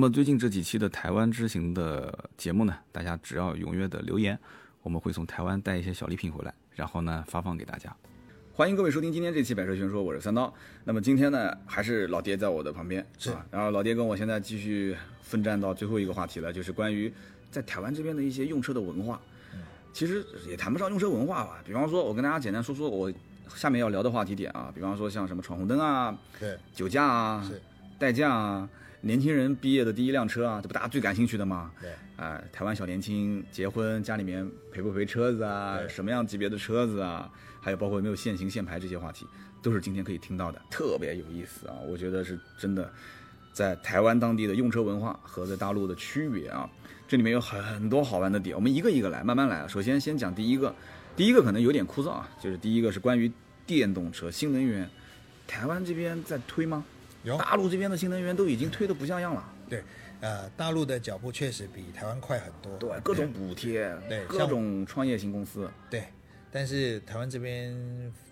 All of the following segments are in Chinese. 那么最近这几期的台湾之行的节目呢，大家只要踊跃的留言，我们会从台湾带一些小礼品回来，然后呢发放给大家。欢迎各位收听今天这期《百车全说》，我是三刀。那么今天呢，还是老爹在我的旁边，是吧？然后老爹跟我现在继续奋战到最后一个话题了，就是关于在台湾这边的一些用车的文化。其实也谈不上用车文化吧，比方说，我跟大家简单说说我下面要聊的话题点啊，比方说像什么闯红灯啊、对，酒驾啊是、代驾啊、年轻人毕业的第一辆车啊，这不大家最感兴趣的吗？对，啊、台湾小年轻结婚，家里面赔不赔车子啊，对什么样级别的车子啊，还有包括有没有限行限牌这些话题，都是今天可以听到的，特别有意思啊！我觉得是真的，在台湾当地的用车文化和在大陆的区别啊，这里面有很多好玩的点，我们一个一个来，慢慢来啊。首先先讲第一个，第一个可能有点枯燥啊，就是第一个是关于电动车、新能源，台湾这边在推吗？有大陆这边的新能源都已经推得不像样了。对，呃，大陆的脚步确实比台湾快很多。对，各种补贴，对各像种创业型公司，对，但是台湾这边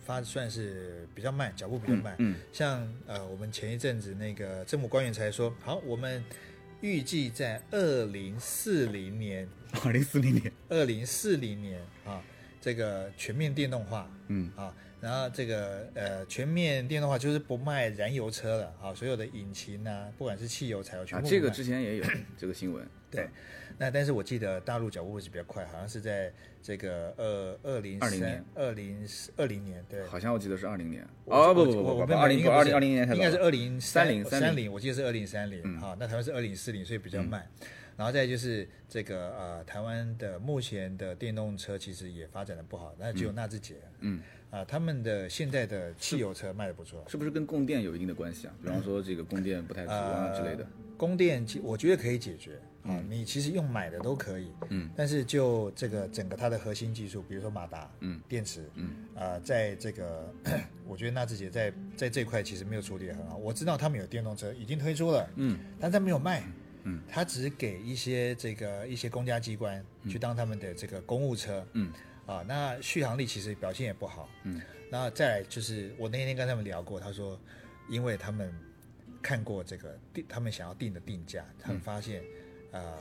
发算是比较慢，脚步比较慢。嗯，像呃，我们前一阵子那个政府官员才说，好，我们预计在二零四零年，二零四零年，二零四零年啊，这个全面电动化。嗯啊，然后这个呃，全面电动化就是不卖燃油车了啊，所有的引擎啊，不管是汽油、柴油，全啊，部不卖、这个之前也 有这个新闻，对，那但是我记得大陆脚步是比较快，好像是在这个二二零20年二零二零年对。好像我记得是二零年，我哦不我不我不不，我没有二零应不该二是零二零年才应该是到二零30三零，我记得是二零三零嗯啊。那台湾是二零四零，所以比较慢。然后再就是这个呃，台湾的目前的电动车其实也发展的不好，那只有纳智捷，嗯啊，他们的现在的汽油车卖的不错，是不是跟供电有一定的关系 啊？比方说这个供电不太足啊之类的呃，。供电其我觉得可以解决啊、你其实用买的都可以，嗯，但是就这个整个它的核心技术，比如说马达，嗯，电池，嗯，啊，在这个 我觉得纳智捷在在这块其实没有处理得很好。我知道他们有电动车已经推出了，嗯，但他没有卖，嗯，他只给一些这个一些公家机关去当他们的这个公务车，嗯，啊，那续航力其实表现也不好，嗯，那再来就是我那天跟他们聊过，他说，因为他们看过这个定，他们想要定的定价，他嗯们发现，呃，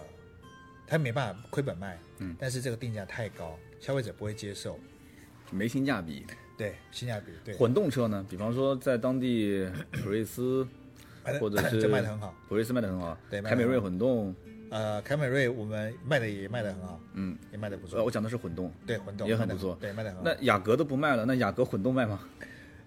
他没办法亏本卖，嗯，但是这个定价太高，消费者不会接受，没性价比。对，性价比对，混动车呢，比方说在当地 普锐斯卖得或者是这卖的很好，普锐斯卖的很好，对卖得凯美瑞很混动，呃，凯美瑞我们卖的也卖的很好，嗯，也卖的不呃，错，嗯我讲的是混动。对，混动也很卖得不错对，卖的很好。那雅阁都不卖了，那雅阁混动卖吗？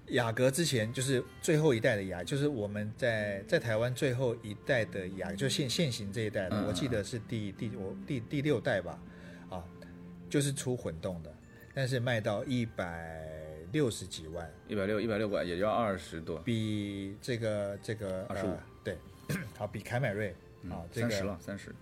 雅阁之前就是最后一代的雅，就是我们在在台湾最后一代的雅，就现现行这一代的，嗯我记得是第第我第第六代吧，啊，就是出混动的，但是卖到一百六十几万，一百六一百六块也要二十多，比这个这个25呃对，好比凯美瑞啊，嗯这三十个了，三十。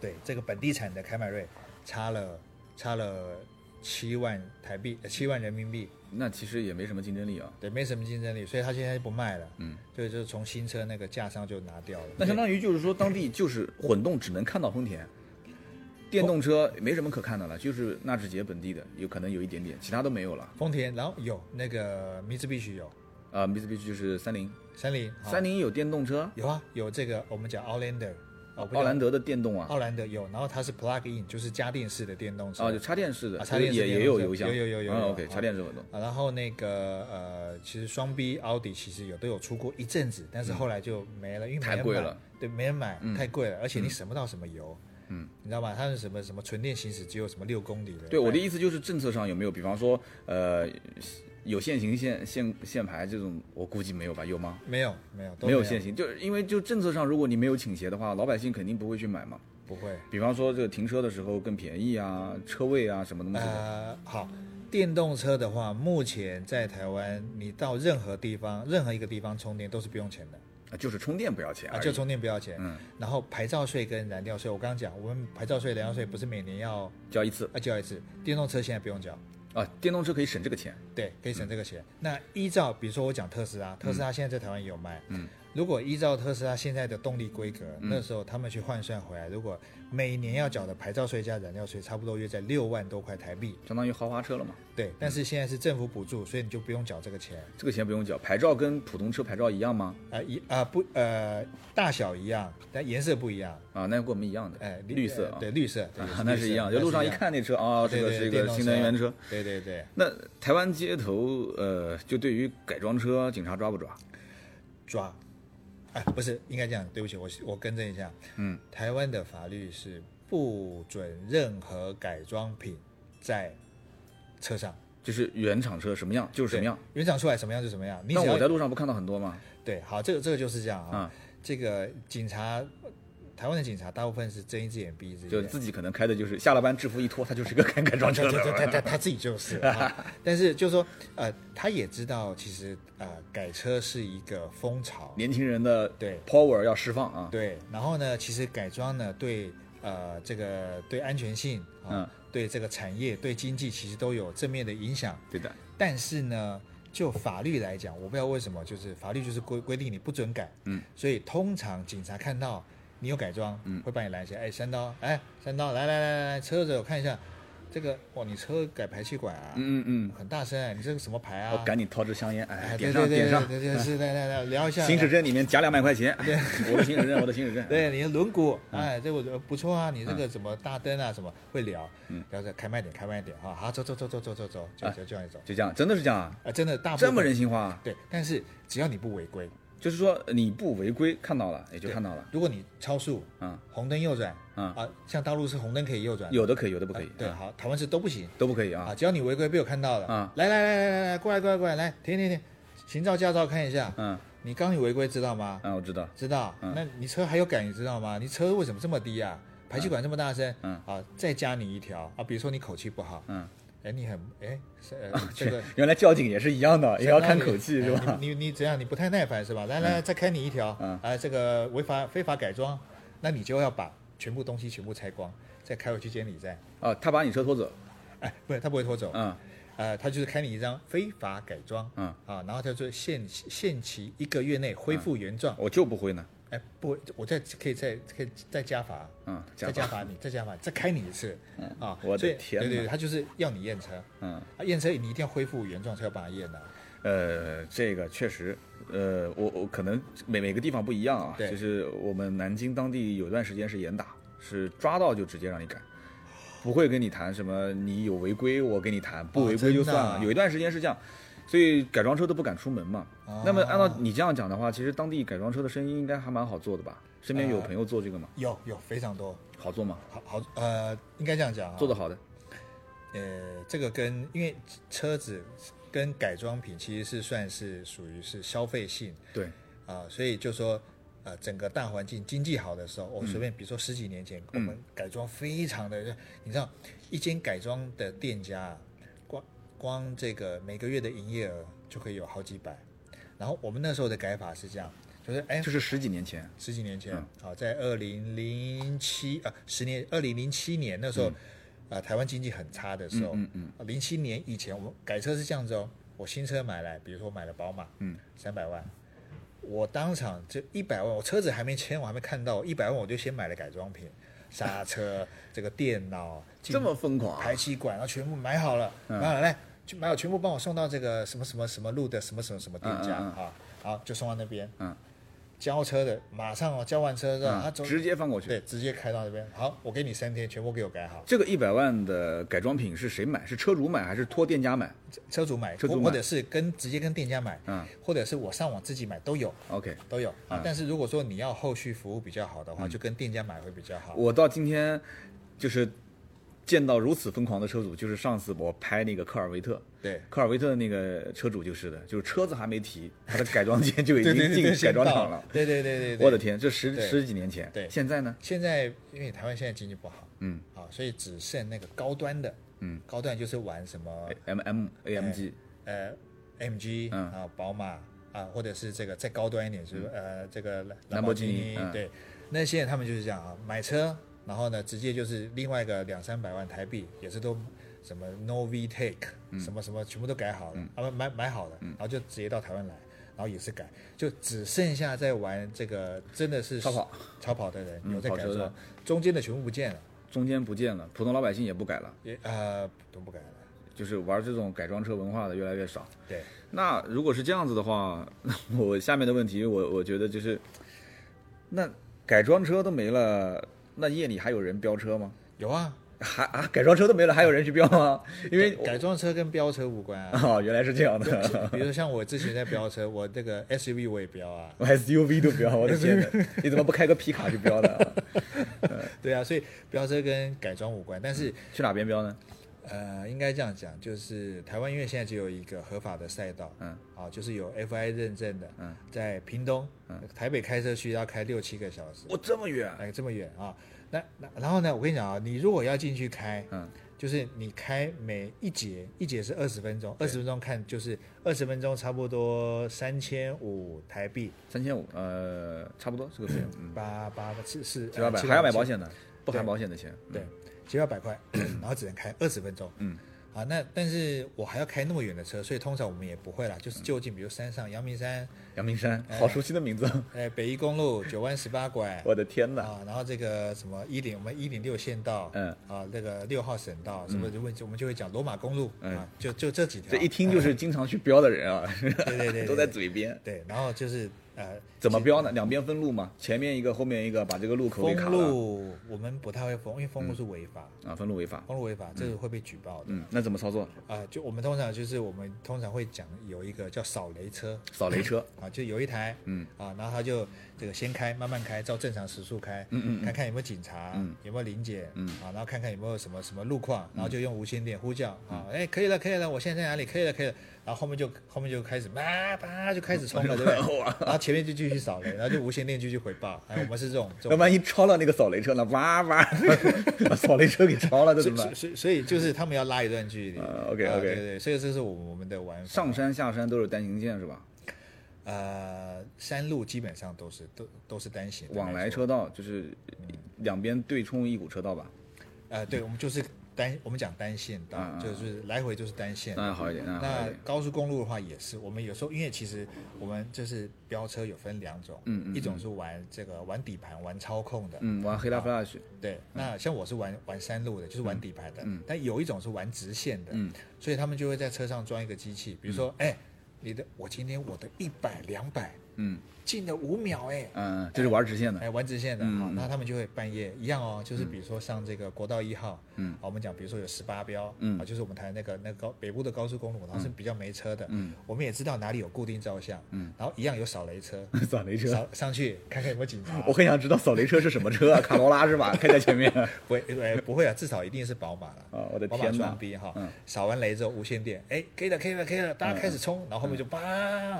对这个本地产的凯美瑞差了差了七万台币，呃七万人民币，那其实也没什么竞争力啊。对，没什么竞争力，所以他现在就不卖了。嗯，对，就是从新车那个架上就拿掉了。那相当于就是说，当地就是混动只能看到丰田，电动车没什么可看的了，就是纳智捷本地的，有可能有一点点，其他都没有了。丰田，然后有那个明治必须有，啊、m i t s u b i s h i 就是三菱，三菱，好三菱有电动车，有啊，有这个我们讲 Outlander，哦，不叫哦奥兰德的电动啊，奥兰德有，然后它是 Plug In，就是家电式的电动车。啊，就插电式的，啊插电式也也电动有车油箱，有有有有啊有，OK，啊插电式混动。啊然后那个呃，其实双 B、奥迪其实有都有出过一阵子，但是后来就没了，嗯因为没人太贵买了，对，没人买，嗯太贵了，而且你省不到什么油，嗯，你知道吧？它是什么什么纯电行驶只有什么六公里的，哎对，我的意思就是政策上有没有，比方说，呃，有限行限限限牌这种，我估计没有吧？有吗？没有没有都没有有限行，就是因为就政策上，如果你没有倾斜的话，老百姓肯定不会去买嘛。不会。比方说这个停车的时候更便宜啊，嗯车位啊什么东西的，呃，好，电动车的话，目前在台湾，你到任何地方、任何一个地方充电都是不用钱的，啊就是充电不要钱啊，而已就充电不要钱。嗯，然后牌照税跟燃料税，我刚刚讲，我们牌照税、燃料税不是每年要交一次要交一次，电动车现在不用交，啊，电动车可以省这个钱，对，可以省这个钱。那依照比如说我讲特斯拉，特斯拉现在在台湾也有卖，嗯，如果依照特斯拉现在的动力规格，那时候他们去换算回来，如果每年要缴的牌照税加燃料税，差不多约在六万多块台币。相当于豪华车了嘛。对，嗯但是现在是政府补助，所以你就不用缴这个钱。这个钱不用缴，牌照跟普通车牌照一样吗？啊、一啊、不呃大小一样，但颜色不一样。啊，那跟我们一样的，哎、绿色呃啊，对绿色，对啊，那是一样，就路上一，看那车啊，绿这个色那是是一一样对对对电个动新能源车。对对对，那台湾街头，呃，就对于改装车，警察抓不抓？抓，哎，不是，应该这样，对不起，我我更正一下，嗯，台湾的法律是不准任何改装品在车上，就是原厂车什么样就是什么样。原厂出来什么样就什么样，你那只我要在路上不看到很多吗？对，好，这个这个就是这样啊，啊，这个警察，台湾的警察大部分是睁一只眼闭一只眼，就自己可能开的就是下了班制服一脱，他就是一个开改装车对对对他的。他他自己就是、 啊，但是就是说，呃，他也知道其实呃改车是一个风潮，年轻人的对 power 要释放啊。对，然后呢，其实改装呢对呃这个对安全性啊、嗯对这个产业对经济其实都有正面的影响，对的，但是呢，就法律来讲，我不知道为什么，就是法律就是规规定你不准改，嗯，所以通常警察看到你有改装，嗯会把你拦下，哎，三刀，哎，三刀，来来来来来，车子我看一下，这个哇，你车改排气管啊，嗯嗯很大声啊，你这个什么牌嗯，我啊？赶紧掏支香烟，哎，哎，点对上对点对上对。对对，是，来来来聊一下，行驶证里面夹两百块钱， 我的行驶证，我的行驶证。对你的轮毂，哎，这个不错啊，你这个什么大灯啊，什么会聊，嗯，聊着开慢点，开慢点哈，好，走走走走走走走，就就就让你走，就这样，真的是这样啊，啊，真的大部这么分人性化啊，对，但是只要你不违规，就是说你不违规，看到了也就看到了，如果你超速，嗯红灯右转，嗯，啊，像大陆是红灯可以右转，有的可以，有的不可以啊，对，啊，好，台湾是都不行都不可以啊，啊，只要你违规被我看到了，啊，来来来来来来，过来过来过来，来停停停，行照驾照看一下，嗯你刚你违规知道吗？嗯，我知道，知道，嗯那你车还有改你知道吗？你车为什么这么低啊？排气管这么大声，嗯啊，再加你一条啊，比如说你口气不好，嗯，哎，你很哎，是 呃这个原来交警也是一样的，也要看口气是哎吧？你你你怎样？你不太耐烦是吧？来来，再开你一条嗯，啊，这个违法非法改装，那你就要把全部东西全部拆光，再开回去监理站。啊，他把你车拖走，哎，不是，他不会拖走，嗯呃，他就是开你一张非法改装嗯，啊，然后他说限限期一个月内恢复嗯原状。我就不会呢，哎，不会，我再可以再可以再加罚，嗯，再加罚你，再加罚，再开你一次啊！我的所以天对对哪对，他就是要你验车嗯。啊，验车你一定要恢复原状才要把它验的。呃，这个确实，呃，我我可能每每个地方不一样啊，对就是我们南京当地有段时间是严打，是抓到就直接让你改，不会跟你谈什么你有违规我跟你谈，不违规就算真了。的啊有一段时间是这样，所以改装车都不敢出门嘛。哦那么按照你这样讲的话，其实当地改装车的生意应该还蛮好做的吧？身边呃有朋友做这个吗？有有非常多，好做吗？好好呃，应该这样讲啊，做得好的，呃，这个跟因为车子跟改装品其实是算是属于是消费性对，啊、所以就说呃，整个大环境经济好的时候，我、随便比如说十几年前，我们改装非常的，你知道一间改装的店家啊，光光这个每个月的营业额就可以有好几百，然后我们那时候的改法是这样，就是哎这是十几年前，十几年前，嗯好、在二零零七啊，十年，二零零七年那时候，啊、台湾经济很差的时候，啊嗯嗯零七、年以前，我们改车是这样子哦，我新车买来，比如说我买了宝马，嗯，三百万，我当场就一百万，我车子还没签，我还没看到，一百万我就先买了改装品，刹车，这个电脑，这么疯狂啊，排气管，然后全部买好了，嗯买好了，来，就买好，全部帮我送到这个什么什么什么路的什么什么什么店家嗯嗯啊，好，就送到那边。嗯，交车的马上哦，交完车之后，他嗯走，直接翻过去。对，直接开到那边。好，我给你三天，全部给我改好。这个一百万的改装品是谁买？是车主买还是托店家买车主买，车主或买或者是跟直接跟店家买，嗯，或者是我上网自己买都有， ？OK，都有啊。但是如果说你要后续服务比较好的话，就跟店家买会比较好。嗯我到今天就是见到如此疯狂的车主，就是上次我拍那个科尔维特，对，科尔维特那个车主就是的，就是车子还没提，他的改装间就已对经对对进对，改装先到厂了。。对对对对对，我的天，这十对十几年前，对现在呢？现在因为台湾现在经济不好，嗯，啊，所以只剩那个高端的，嗯，哎高端就是玩什么，M M A M G，呃 MG 嗯啊，宝马啊，或者是这个再高端一点，就是呃这个兰兰博博基基尼尼，嗯对，那现在他们就是这样啊，买车，然后呢，直接就是另外一个两三百万台币，也是都什嗯么 No VTEC，什么什么全部都改好了，啊买买买好了，然后就直接到台湾来。然后也是改，就只剩下在玩这个真的是超跑超跑的人嗯有在改跑车装的，中间的全部不见了，中间不见了，普通老百姓也不改了，也呃都不改了。就是玩这种改装车文化的越来越少。对，那如果是这样子的话， 那我下面的问题我，我觉得就是，那改装车都没了，那夜里还有人飙车吗？有啊，还啊，改装车都没了，还有人去飙吗？ 因为改改装车跟飙车无关啊。哦，原来是这样的 比如说像我之前在飙车，我这个 SUV 我也飙啊，我，SUV 都飙，我的天哪！你怎么不开个皮卡去飙呢？啊对啊，所以飙车跟改装无关。但是 去哪边飙呢？呃，应该这样讲，就是台湾因为现在只有一个合法的赛道，嗯，啊，就是有 FI 认证的，嗯，在屏东，嗯，台北开车去要开六七个小时，我这么远，哎，这么远啊，那那然后呢，我跟你讲啊，你如果要进去开，嗯，就是你开每一节，一节是二十分钟，二十分钟看就是二十分钟差不多三千五台币，三千五，呃，差不多这个费用，嗯，八八是是七八百，还要买保，呃险的，不含对保险的钱，嗯对，七八百 块，然后只能开二十分钟。嗯，啊，那但是我还要开那么远的车，所以通常我们也不会啦，嗯就是就近，比如山上阳明山，阳明山，哎好熟悉的名字，。呃，北宜公路九弯十八拐我的天哪！啊，然后这个什么一零，我们一零六县道，嗯，啊，那个六号省道，什么就问，我们就会讲罗马公路，嗯啊，就就这几条，这一听就是经常去飙的人啊， 对对对，都在对嘴边。对，然后就是呃，怎么标呢？两边分路嘛，前面一个，后面一个，把这个路口给封卡了路我们不太会封，因为封路是违法，啊，分路违法。封路违法这个会被举报的，嗯，那怎么操作？啊，就我们通常就是我们通常会讲有一个叫扫雷车扫雷 车，啊，就有一台，嗯啊，然后他就这个先开，慢慢开，照正常时速开，嗯嗯嗯看看有没有警察，嗯有没有临检，嗯啊，然后看看有没有什么什么路况，然后就用无线电呼叫嗯啊，哎，可以了，可以了，我现在在哪里？可以了，可以了，然后后面就后面就开始叭叭就开始冲了，对不对？ 哇然后前面就继续扫雷，然后就无线电继续回报，哎，我们是这种这那种。万一超了那个扫雷车呢？哇哇， 把扫雷车给超了，这怎所以么所办以？所以所以就是他们要拉一段距离。啊，OK，OK 啊对对对，所以这是我们我们的玩法。上山下山都是单行线是吧？呃，山路基本上都是都都是单行的往来没错车道就是两边对冲一股车道吧？呃，对，我们就是单，我们讲单线道，嗯嗯嗯就是来回就是单线。那还好一点，那还好一那点。高速公路的话也是，我们有时候因为其实我们就是飙车有分两种，嗯嗯一种是玩这个玩底盘、玩操控的，嗯，玩黑拉 flash，对。那像我是玩玩山路的，就是玩底盘的，嗯但有一种是玩直线的，嗯所以他们就会在车上装一个机器，比如说，哎、你的我今天我的一百、两百嗯进了五秒、哎，嗯，嗯这是玩直线的，哎，玩直线的嗯哈嗯，那他们就会半夜一样哦，就是比如说上这个国道一号，嗯啊，我们讲比如说有十八标，嗯啊，就是我们台那个那个高北部的高速公路，然后是比较没车的，嗯，我们也知道哪里有固定照相，嗯，然后一样有扫雷车，扫 雷车。哎扫上去看看有没有警察， 我很想知道扫雷车是什么车啊？卡罗拉是吧？开在前面。 不会，哎，不会啊，至少一定是宝马了。哦我的宝马天哪双 B 哈嗯，扫完雷之后无线电，哎，可以了，可以了，可以了，大家开始嗯冲，然后后面就叭，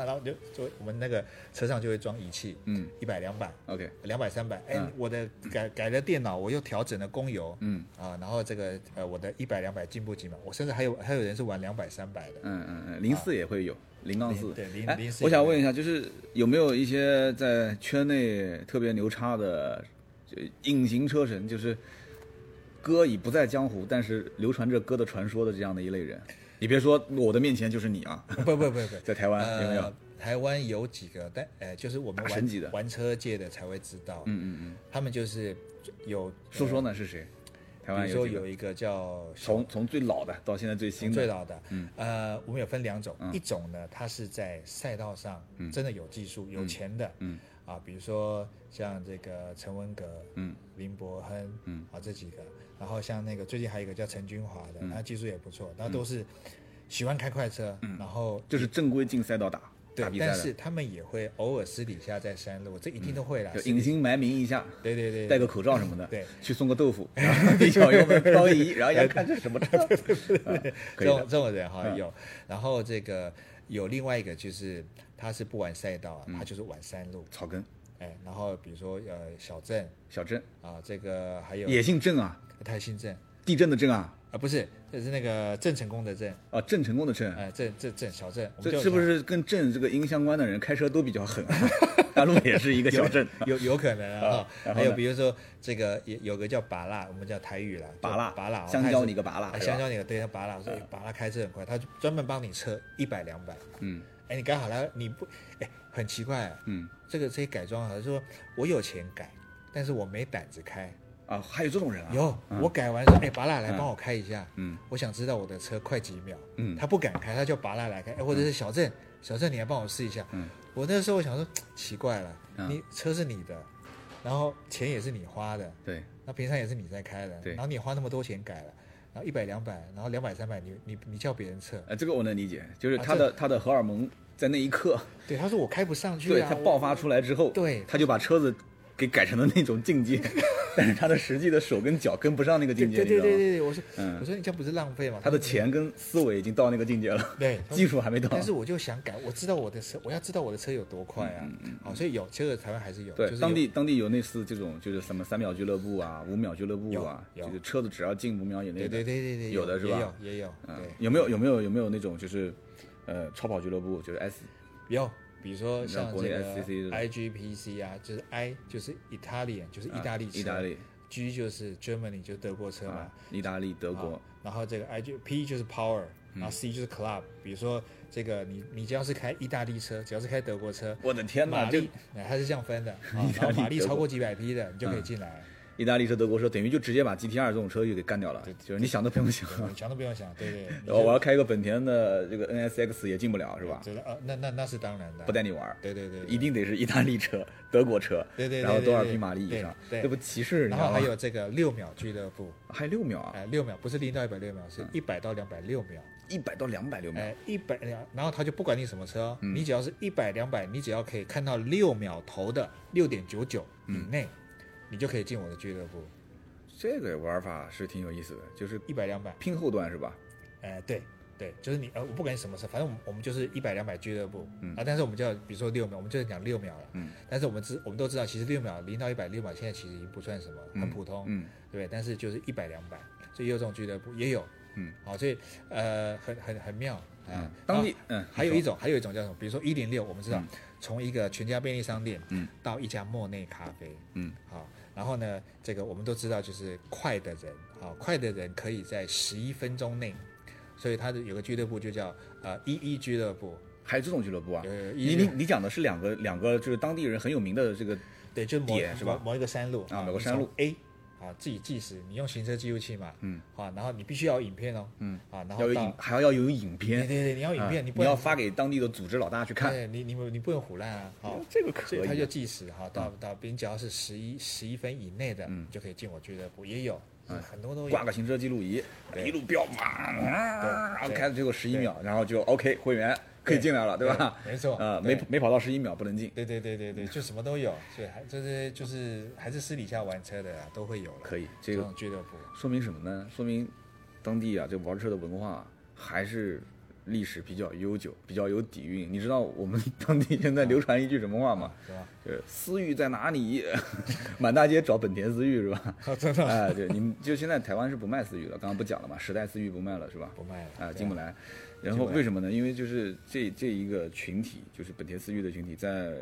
然后就就我们那个车上就会装仪器，嗯，一百两百。 OK，两百三百，哎嗯，我的改改了电脑，我又调整了供油，嗯啊，然后这个呃，我的一百两百进步几秒，我甚至还有还有人是玩两百三百的，嗯嗯嗯，零四也会有零杠四。对零哎零四我也想会问一下，就是有没有一些在圈内特别牛叉的呃隐形车神，就是歌已不在江湖，但是流传着歌的传说的这样的一类人？你别说，我的面前就是你啊， 不不不不，在台湾有没有呃？台湾有几个，但呃，就是我们大玩神级的玩车界的才会知道，嗯嗯嗯，他们就是有说说呢是谁？台比湾如说几个有一个叫从从最老的到现在最新的，最老的，嗯呃，我们有分两种，一种呢，它是在赛道上真的有技术、有钱的，嗯啊，比如说像这个陈文革，嗯，林伯亨，嗯，啊这几个，然后像那个最近还有一个叫陈君华的，嗯他技术也不错，然后都是喜欢开快车，然后嗯就是正规进赛道打打对，比赛但的是，他们也会偶尔私底下在山路，这一定都会啦就，私底隐姓埋名一下，对对对，戴个口罩什么的，对，去送个豆腐， 然后地小油门漂 移，然后要看这什么车，啊可以这种的，嗯这种人哈有，然后这个有另外一个就是他是不玩赛道啊，嗯他就是玩山路，草根哎，然后比如说呃小镇小镇啊，这个还有也姓郑啊，泰兴镇地震的震啊，啊，不是，这是那个郑成功的郑，啊，郑成功的郑，哎，郑郑郑小镇，我们这就是不是跟郑这个音相关的人开车都比较 狠啊？大陆也是一个小镇，有有 可能啊？然后还呢有比如说这个有有个叫拔蜡，我们叫台语啦，拔蜡拔蜡，香蕉你个拔蜡嗯啊是吧香蕉你个对，他拔蜡，所以拔蜡开车很快，他就专门帮你测一百两百，嗯，哎，你改好了，你不，哎，很奇怪、啊，嗯这个这些改装好像说我有钱改，但是我没胆子开。啊，还有这种人啊？有，嗯我改完说，哎，拔蜡来嗯帮我开一下，嗯我想知道我的车快几秒。嗯，他不敢开，他叫拔蜡来开，哎，或者是小郑，小郑你来帮我试一下。嗯我那时候我想说，奇怪了，嗯你车是你的，然后钱也是你花的，对，那平常也是你在开的，对然后你也花那么多钱改了，然后一百两百，然后两百三百，你你你叫别人测，呃，这个我能理解，就是啊他这的他的荷尔蒙在那一刻，对，他说我开不上去对啊，他我爆发出来之后，对他就把车子给改成了那种境 界，但是他的实际的手跟脚跟不上那个对境界，对你知对道对吗？对，我说、嗯我说你这样不是浪费吗？他的说钱跟思维已经到那个境界了，对，技术还没到。 但是我就想改，我知道我的车，我要知道我的车有多快啊，好，所以有这个台湾还是有，嗯对就，是当有地当地有类似这种，就是什么三秒俱乐部啊、五秒俱乐部啊，有有就是车子只要进五秒以内对的。对对对对，有的是吧也有也有，嗯对，，有没有有没有有没有那种就是，呃，超跑俱乐部，就是 S 有。比如说像国这内个 SCC 的 IGPC 啊，就是 I 就是 Italian，就是意大利车，啊意大利 G 就是 Germany 就是德国车嘛，啊，意大利、德国嗯啊，然后这个 I G P 就是 Power，然后 C 就是 Club。比如说这个你你只要是开意大利车，只要是开德国车，我的天哪，马这力哎它是这样分的，啊意大利然后马力德国超过几百匹的你就可以进 来，意大利车、德国车，等于就直接把 GT R 这种车就给干掉了，就是你想都不用想。你想都不用想，对对，你然后哦我要开一个本田的这个 NSX 也进不了是吧？觉得呃那那那是当然的，啊不带你玩儿，对对对，对一。定得是意大利 车、德国车，对对对然后多少对对匹马力以上，对对这不歧视人家然吗？后还有这个六秒俱乐部，还有六秒啊，哎，六秒不是零到一百六秒，是一百到两百六秒，一百到两百六秒，哎，一百两，然后他就不管你什么车哦，嗯你只要是一百两百，你只要可以看到六秒头的六点九九以内，嗯你就可以进我的俱乐部。这个玩法是挺有意思的，就是一百两百，拼后段是吧？哎，对对，就是你呃，我不管你什么车，反正我们我们就是一百两百俱乐部、啊。但是我们叫比如说六秒，我们就是讲六秒了。嗯。但是我们知我们都知道，其实六秒零到一百六秒现在其实已经不算什么，很普通，嗯，对不对？但是就是一百两百，所以也有这种俱乐部也有。嗯，好，所以呃，很很很妙啊、嗯，然当后地嗯还有一种，还有一种叫什么？比如说一零六，我们知道从一个全家便利商店，嗯，到一家莫内咖啡，嗯，好，然后呢，这个我们都知道，就是快的人，好，快的人可以在十一分钟内，所以他的有个俱乐部就叫呃一一俱乐部，还有这种俱乐部啊有？有你一你你讲的是两个两个就是当地人很有名的这个对，就是某点是吧某某一个山路啊某个山路 A。啊，自己计时，你用行车记录器嘛，嗯，啊，然后你必须要有影片哦，嗯，啊，然要后有到影，还要要有影对对片，对，你要影啊片，你你不要能发给当地的组织老大去看，对你你们你不能胡乱啊，好，这个可所以他以就啊。计时哈，到到边只要是十一十一分以内的，嗯你就可以进我俱乐部，也有，哎很多都有挂。个行车记录仪，一路飙嘛，然后对开到只有十一秒，然后就 OK 会员可以进来了，对吧？对 没错呃，没对没跑到十一秒不能进，对对对对对，嗯就什么都有，所以还就是就是还是私底下玩车的啊，都会有了。可以，以。这这个种俱乐部，说明什么呢？说明当地啊，这玩车的文化还是历史比较悠久，比较有底蕴。你知道我们当地现在流传一句什么话吗？是吧？就是思域在哪里？ 满大街找本田思域是吧？啊真的哎，对，你们就现在台湾是不卖思域了，刚刚不讲了嘛，时代思域不卖了是吧？不卖了啊，对进不来。然后为什么呢？因为就是这这一个群体，就是本田思域的群体，在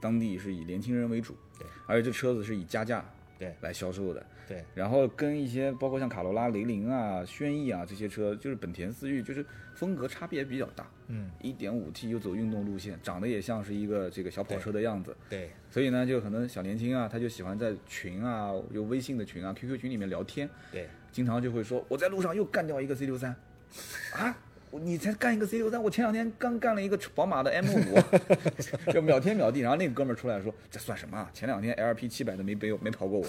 当地是以年轻人为主，对，而且这车子是以加价对来销售的，对然后跟一些包括像卡罗拉、雷凌啊、轩逸啊这些车，就是本田思域，就是风格差别比较大。嗯， 1.5T 又走运动路线，长得也像是一个这个小跑车的样子，对所以呢，就可能小年轻啊，他就喜欢在群啊，有微信的群啊、QQ 群里面聊天，对经常就会说我在路上又干掉一个 C 6 3啊。我你才干一个 C 6 3我前两天刚干了一个宝马的 M 5 就秒天秒地。然后那个哥们儿出来说，这算什么啊？前两天 LP 7 0 0都没没有没跑过我、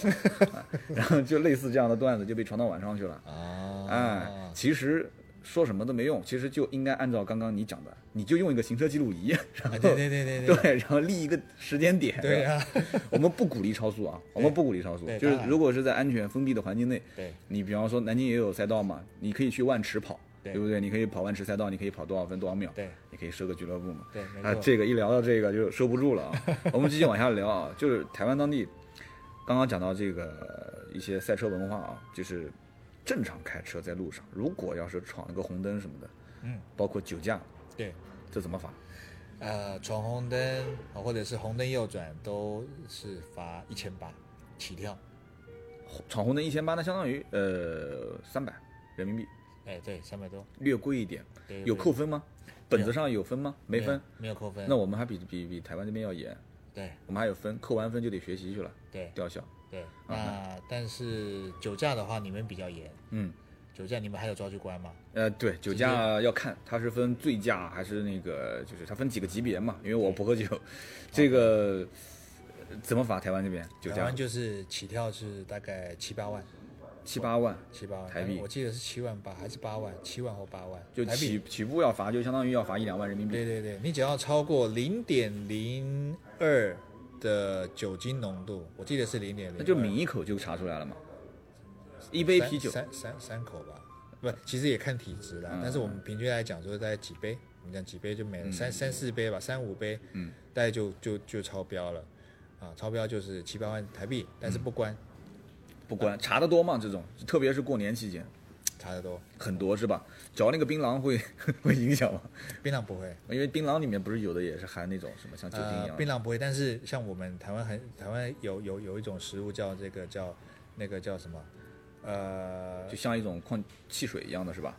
啊然后就类似这样的段子就被传到网上去了。啊，哎，其实说什么都没用，其实就应该按照刚刚你讲的，你就用一个行车记录仪，然后啊对对对 对对然后立一个时间点。对啊， 我们不鼓励超速啊，我们不鼓励超速对，就是当然如果是在安全封闭的环境内，对你比方说南京也有赛道嘛，你可以去万池跑，对对不对？你可以跑万池赛道，你可以跑多少分多少秒，对你可以设个俱乐部嘛。对，没啊，错，这个一聊到这个就收不住了 啊。我们继续往下聊啊，就是台湾当地，刚刚讲到这个呃一些赛车文化啊，就是正常开车在路上，如果要是闯一个红灯什么的，嗯，包括酒驾，对。这怎么罚？呃，闯红灯啊或者是红灯右转都是罚一千八起跳，闯红灯一千八，那相当于呃三百人民币，哎，对，三百多，略贵一点，对有对扣分吗？本子上有分吗？没有分。没有扣分。那我们还比比比台湾这边要严，对我们还有分，扣完分就得学习去了，对吊销。对，那但是酒驾的话，你们比较严。嗯，酒驾你们还有抓去关吗？呃，对，酒驾要看它是分醉驾还是那个，就是它分几个级别嘛。因为我不喝酒， 这个呃怎么罚？台湾这边酒台驾湾就是起跳是大概七八万，七八万，七八万哎台币我记得是七万八还是八万，七万或八万，就台币。起起步要罚，就相当于要罚一两万人民币。对对对，你只要超过零点零二的酒精浓度，我记得是零点零，那就抿一口就查出来了嘛。一杯啤酒，嗯三三三口吧，不，其实也看体质啦。但是我们平均来讲，就是大概几杯，我们讲几杯就没了，三三四杯吧，三五杯，嗯，大概就就就超标了，啊，超标就是七八万台币，但是嗯不关，不关查得多嘛？这种，特别是过年期间，查得多，很多是吧？嚼那个槟榔会 会影响吗？槟榔不会，因为槟榔里面不是有的也是含那种什么像酒精一呃，样的槟榔不会，但是像我们台湾很台湾有有有一种食物叫这个叫那个叫什么，呃就，像一种矿汽水一样的是吧？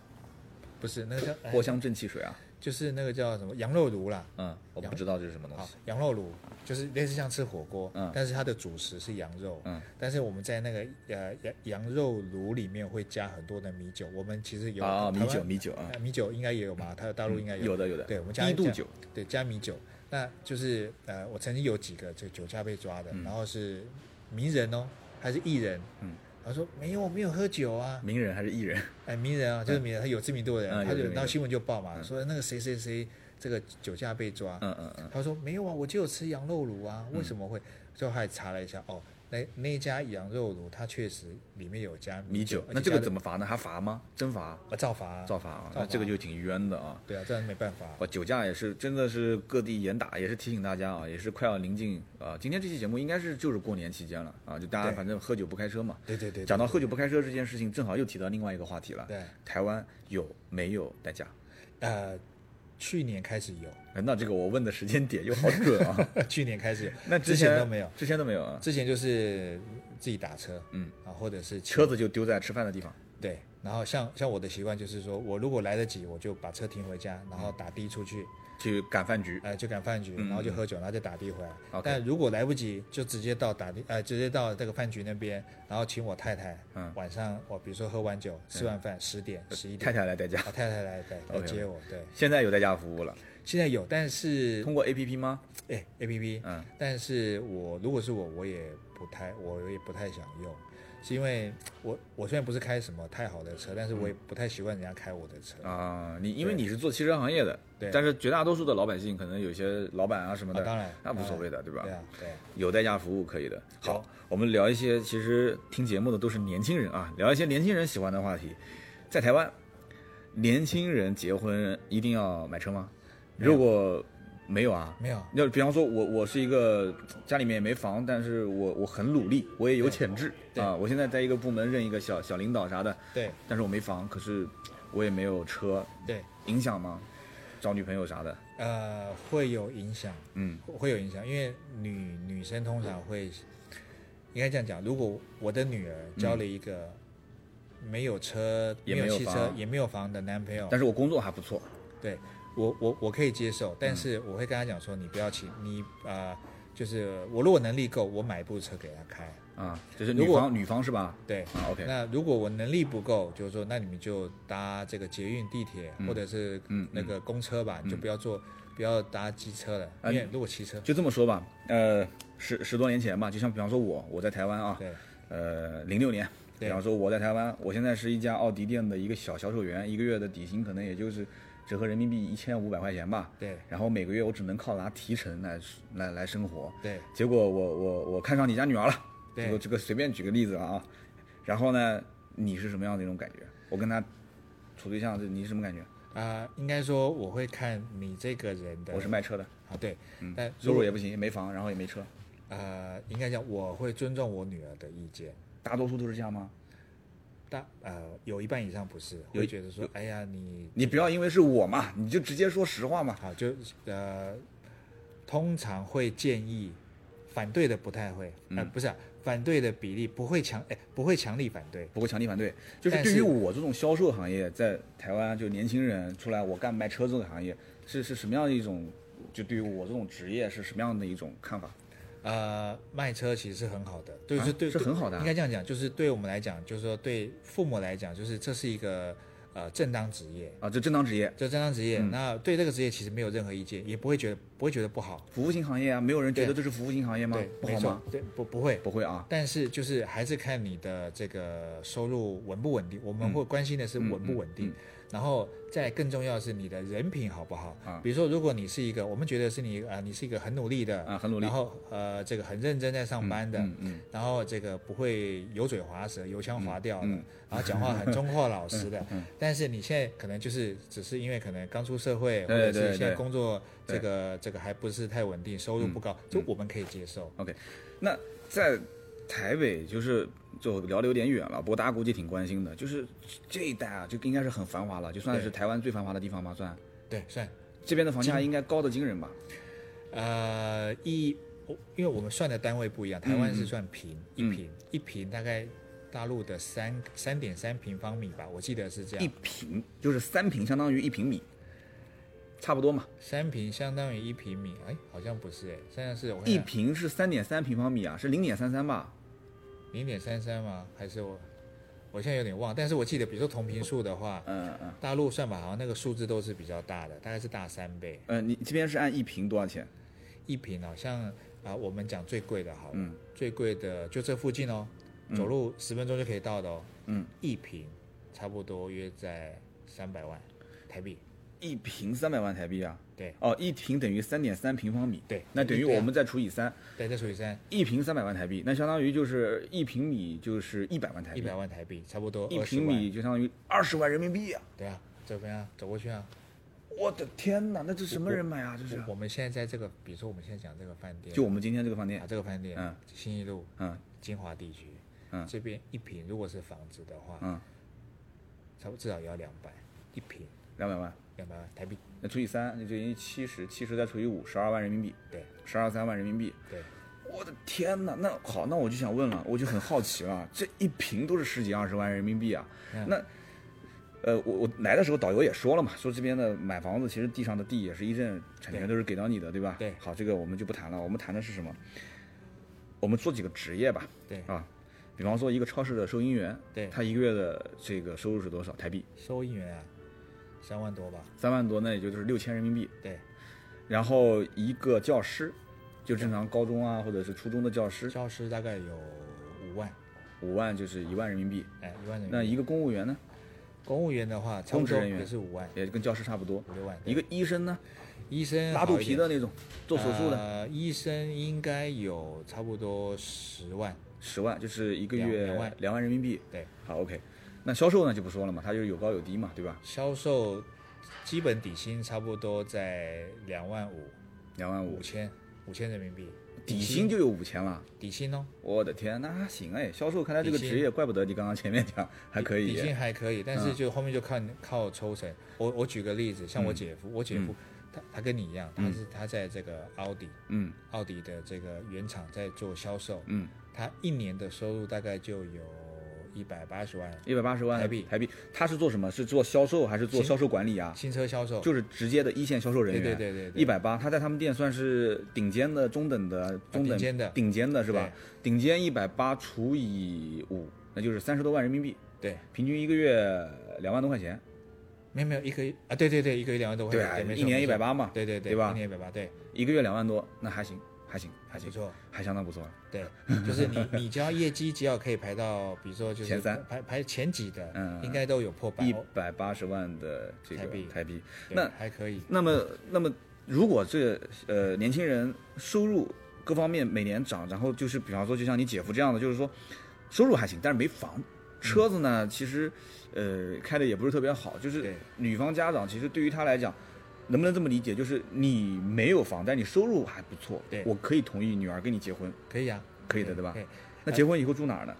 不是那个叫、哎藿香正气水啊，就是那个叫什么羊肉炉啦，嗯，我不知道这是什么东好西。，羊肉炉就是类似像吃火锅，嗯但是它的主食是羊肉，嗯，但是我们在那个呃羊羊肉炉里面会加很多的米酒，我们其实有啊，米台湾酒，米酒啊，呃米酒应该也有吧？它大陆应该有，有的有的，对我们加低一度加酒，对，加米酒，那就是呃，我曾经有几个这个酒驾被抓的，然后是名人哦，还是艺人，嗯，他说没有，我没有喝酒啊，名人还是艺人？哎，名人啊，就是名人，他有知名度的人，嗯他有知就名然后度新闻就报嘛，说那个谁谁谁这个酒驾被抓，嗯嗯嗯，他说没有啊，我就有吃羊肉炉啊，为什么会？最后还查了一下，哦，那那一家羊肉炉它确实里面有加米酒，那而且这加个的怎么罚呢？还罚吗？真罚？啊造罚啊？照罚啊，照那这个罚就挺冤的啊。对啊，这样没办法。哇，酒驾也是，真的是各地严打，也是提醒大家啊，也是快要临近啊、呃今天这期节目应该是就是过年期间了啊，就大家对反正喝酒不开车嘛。对对对，讲到到喝酒不开车这件事情，正好又提到另外一个话题了。对，台湾有没有代驾？呃，去年开始有， 哎，那这个我问的时间点又好准啊。去年开始有，那之前前都没有，，之前都没有啊。之前就是自己打车，嗯啊，或者是车子就丢在吃饭的地方。对，然后像像我的习惯就是说，我如果来得及，我就把车停回家，然后嗯打的出去，去赶饭局，哎呃，就赶饭局，然后就喝酒，然后就打的回来。嗯 OK 但如果来不及，就直接到打的，呃，直接到这个饭局那边，然后请我太太，嗯晚上我比如说喝完酒，吃完饭十点、十一点，太太来代驾。我太太来来来 OK，OK 接我。对，现在有代驾服务了，现在有，但是通过 APP 吗？哎，A P P，嗯，但是我如果是我，我也不太，我也不太想用，是因为我我虽然不是开什么太好的车，但是我也不太习惯人家开我的车。嗯啊，你因为你是做汽车行业的，对但是绝大多数的老百姓可能有些老板啊什么的，啊当然那无所谓的，对吧？对啊，对啊，有代驾服务可以的。好有，我们聊一些其实听节目的都是年轻人啊，聊一些年轻人喜欢的话题。在台湾，年轻人结婚一定要买车吗？没有如果没有啊，没有，那比方说我我是一个家里面也没房，但是我我很努力，我也有潜质对啊。我现在在一个部门任一个小小领导啥的，对但是我没房，可是我也没有车，对，影响吗？找女朋友啥的，呃，会有影响。嗯会有影响，因为女女生通常会，应该这样讲，如果我的女儿交了一个没有车、嗯也没没有汽车、房也没有房的男朋友，但是我嗯工作还不错，对我我我可以接受，但是我会跟她讲说，你不要骑，你呃，就是我如果能力够，我买一部车给她开，啊，就是如女果方女方是吧？对。啊，OK，那如果我能力不够，就是说，那你们就搭这个捷运、地铁，或者是嗯那个公车吧，你就不要坐，不要搭机车了，啊因为如果骑车，就这么说吧，呃，十十多年前吧，就像比方说我我在台湾啊，对呃，零六年，对比方说我在台湾，我现在是一家奥迪店的一个小销售员，一个月的底薪可能也就是折合人民币一千五百块钱吧，对然后每个月我只能靠拿提成来来来生活，对结果我我我看上你家女儿了，对这个这个随便举个例子啊，然后呢，你是什么样的一种感觉？我跟她处对象，这你是什么感觉？啊、应该说我会看你这个人的，我是卖车的，啊，对，但收如入果也不行，没房，然后也没车，呃，应该讲我会尊重我女儿的意见，大多数都是这样吗？但呃，有一半以上不是，有会觉得说，哎呀，你你不要因为是我嘛，你就直接说实话嘛。好就嗯呃，通常会建议，反对的不太会，呃，不是啊、反对的比例不会强，哎，不会强力反对。不会强力反对。就是但对于是我这种销售行业，在台湾就年轻人出来，我干卖车这个行业，是是什么样的一种？就对于我这种职业是什么样的一种看法？呃，卖车其实是很好的，对，啊是对，是对很好的啊应该这样讲，就是对我们来讲，就是说对父母来讲，就是这是一个呃正当职业，啊，这正当职业，这正当职嗯业，那对这个职业其实没有任何意见，也不会觉得不会觉得不好，服务型行业啊，没有人觉得对这是服务型行业吗对？，不没好错吗？，对，不不会。不会啊，但是就是还是看你的这个收入稳不稳定，我嗯们会关心的是稳不稳定，然后再更重要的是你的人品好不好。啊比如说，如果你是一个我们觉得是你啊、你是一个很努力的，啊，很努力然，后呃这个很认真在上班的，嗯嗯然后这个不会油嘴滑舌、油腔滑调的，嗯然后讲话很忠厚老实的。 嗯但是你现在可能就是只是因为可能刚出社会，对对或者是现在对工作对嗯这个这个还不是太稳定，收入不高，这我们可以接受。那在台北就是就聊的有点远了，不过大家估计挺关心的，就是这一带啊，就应该是很繁华了，就算是对台湾最繁华的地方吧，算对，算这边的房价应该高的惊人吧？呃一，我因为我们算的单位不一样，台湾嗯嗯是算平、嗯一平一平大概大陆的三三点三平方米吧，我记得是这一样，平就是三平，相当于一平米，差不多嘛。三平相当于一平米，哎，好像不是哎，现在是我看一平是三点三平方米啊，是零点三三吧？零点三三吗？还是我我现在有点忘，但是我记得比如说同频数的话，嗯嗯嗯，大陆算法好像那个数字都是比较大的，大概是大三倍，呃，你这边是按一平多少钱？一平好像啊、我们讲最贵的好了，嗯最贵的就这附近哦，走路十分钟就可以到的哦。嗯，一平差不多约在三百万台币。一平三百万台币啊？对哦，一平等于三点三平方米，对那等于对啊我们再除以三，对，再除以三，一平三百万台币，那相当于就是一平米就是一百万台一币百，万台币，差不多一20平万米。就相当于二十万人民币啊！对啊，这边啊，走过去啊。我的天哪，那这什么人买啊？这是我我们现在在这个，比如说我们现在讲这个饭店，就我们今天这个饭啊店，这个饭店，嗯，新一路嗯金华地区，嗯这边一平如果是房子的话，嗯，差不多至少也要两百一平，两百万，两百万台币。那除以三，那就等于七十，七十再除以五，十二万人民币，对十二三万人民币。对，我的天哪，那好，那我就想问了，我就很好奇了，这一瓶都是十几二十万人民币啊，嗯那。呃，我我来的时候导游也说了嘛，说这边的买房子其实地上的地也是一任产权对都是给到你的，对吧？对好，这个我们就不谈了，我们谈的是什么？我们做几个职业吧，对啊，比方说一个超市的收银员，对他一个月的这个收入是多少台币？收银员啊，三万多吧。三万多，那也就是六千人民币。对，然后一个教师，就正常高中啊或者是初中的教师，教师大概有五万，五万就是一万人民币。哎，一万人民币。那一个公务员呢，公务员的话，差公不职多人员也是五万也跟教师差不多。五六万。一个医生呢，医生拉肚皮的嗯好一那点种，做手术的，呃，医生应该有差不多十万。十万就是一个两月两万两万人民币。对，好，OK。那销售呢就不说了嘛，它就是有高有低嘛，对吧？销售基本底薪差不多在两万五、两万五五，千、五千人民币。底薪就有五千了。底薪哦，我的天，那还行哎，销售看来这个底职薪业，怪不得你刚刚前面讲还可以底耶。嗯薪还可以，但是就后面就靠靠抽成。我我举个例子，像我姐夫，我姐夫他他跟你一样，他是他在这个奥迪嗯奥迪的这个原厂在做销售，嗯，他一年的收入大概就有一百八十万，一百八十万台币台币，他是做什么？是做销售还是做行销售管理啊？新车销售，就是直接的一线销售人员。对对对对对一百八，他在他们店算是顶尖的、中等的、中等、啊顶尖的顶尖的是吧？顶尖一百八除以五，那就是三十多万人民币，对，平均一个月两万多块钱，没有没有一个月啊，对对对，一个月两万多块对钱，啊对没错一年没错180嘛对对对吧一年一百八，对，一个月两万多，那还行，还行，还还行不，错，还相当不错了。对，就 是你你只要业绩只要可以排到，比如说就是前三排排前几的，嗯应该都有破百，一百八十万的这个台币台币，对那还可以，那么那么如果这呃年轻人收入各方面每年涨，然后就是比方说就像你姐夫这样的，就是说收入还行，但是没房。车子呢，其实，呃，开的也不是特别好。就是对女方家长，其实对于她来讲，能不能这么理解？就是你没有房，但你收入还不错，对我可以同意女儿跟你结婚，可以啊，可以的，对吧？哎对，那结婚以后住哪儿呢？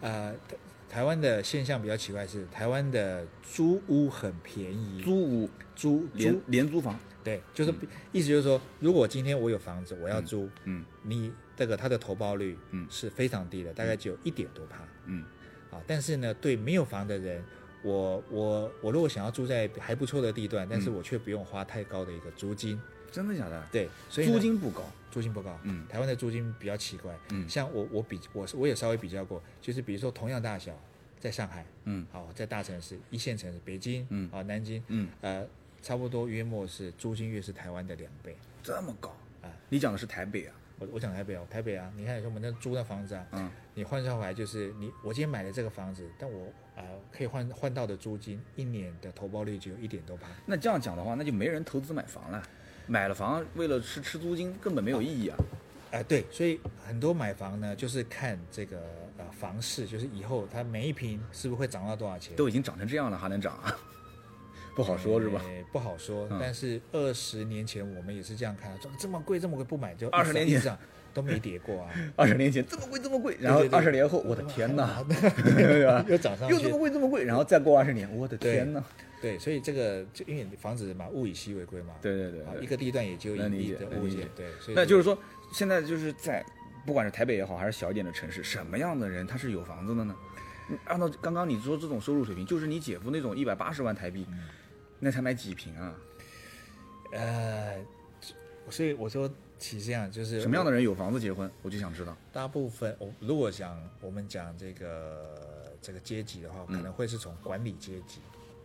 呃，台台湾的现象比较奇怪是，台湾的租屋很便宜，租屋租廉租廉租房，对，就是、意思就是说，如果今天我有房子，我要租，嗯你这个它的投报率嗯是非常低的，大概只有一点多趴嗯啊。但是呢，对没有房的人，我我我如果想要住在还不错的地段，嗯但是我却不用花太高的一个租金，真的假的？对，所以呢租金不高，租金不高，嗯台湾的租金比较奇怪，嗯像我我比我我也稍微比较过，就是比如说同样大小，在上海，嗯好、在大城市一线城市，北京，嗯啊、南京，嗯，呃，差不多约莫是租金约是台湾的两倍。这么高啊哎你讲的是台北啊？我我讲台北哦，台北啊，你看你说我们那租那房子啊，嗯你换算回来就是你我今天买了这个房子，但我啊、呃可以换换到的租金一年的投报率只有一点多趴，那这样讲的话，那就没人投资买房了。买了房，为了吃吃租金，根本没有意义啊。啊，对，所以很多买房呢，就是看这个呃房市，就是以后它每一平是不是会涨到多少钱，都已经涨成这样了，还能 涨啊？不好说是吧？呃不好说，嗯但是二十年前我们也是这样看，说这么贵这么贵不买就20年前前都没跌过啊，二十年前这么贵这么贵，然后对对二十年后，我的天哪， 对吧对又涨上又这去么，贵这么贵，然后再过二十年，我的天哪！对，所以这个就因为你房子嘛，物以稀为贵嘛，对对对啊，对一个地段也就能一理地解的能物理业解，对，所以那就是说，现在就是在不管是台北也好，还是小一点的城市，什么样的人他是有房子的呢？嗯按照刚刚你说这种收入水平，就是你姐夫那种一百八十万台币，嗯那才买几平啊？呃，所以我说其实这样就是什么样的的人有房子结婚？我就想知道。大部分，我如果想我们讲这个这个阶级的话，嗯可能会是从管理阶级，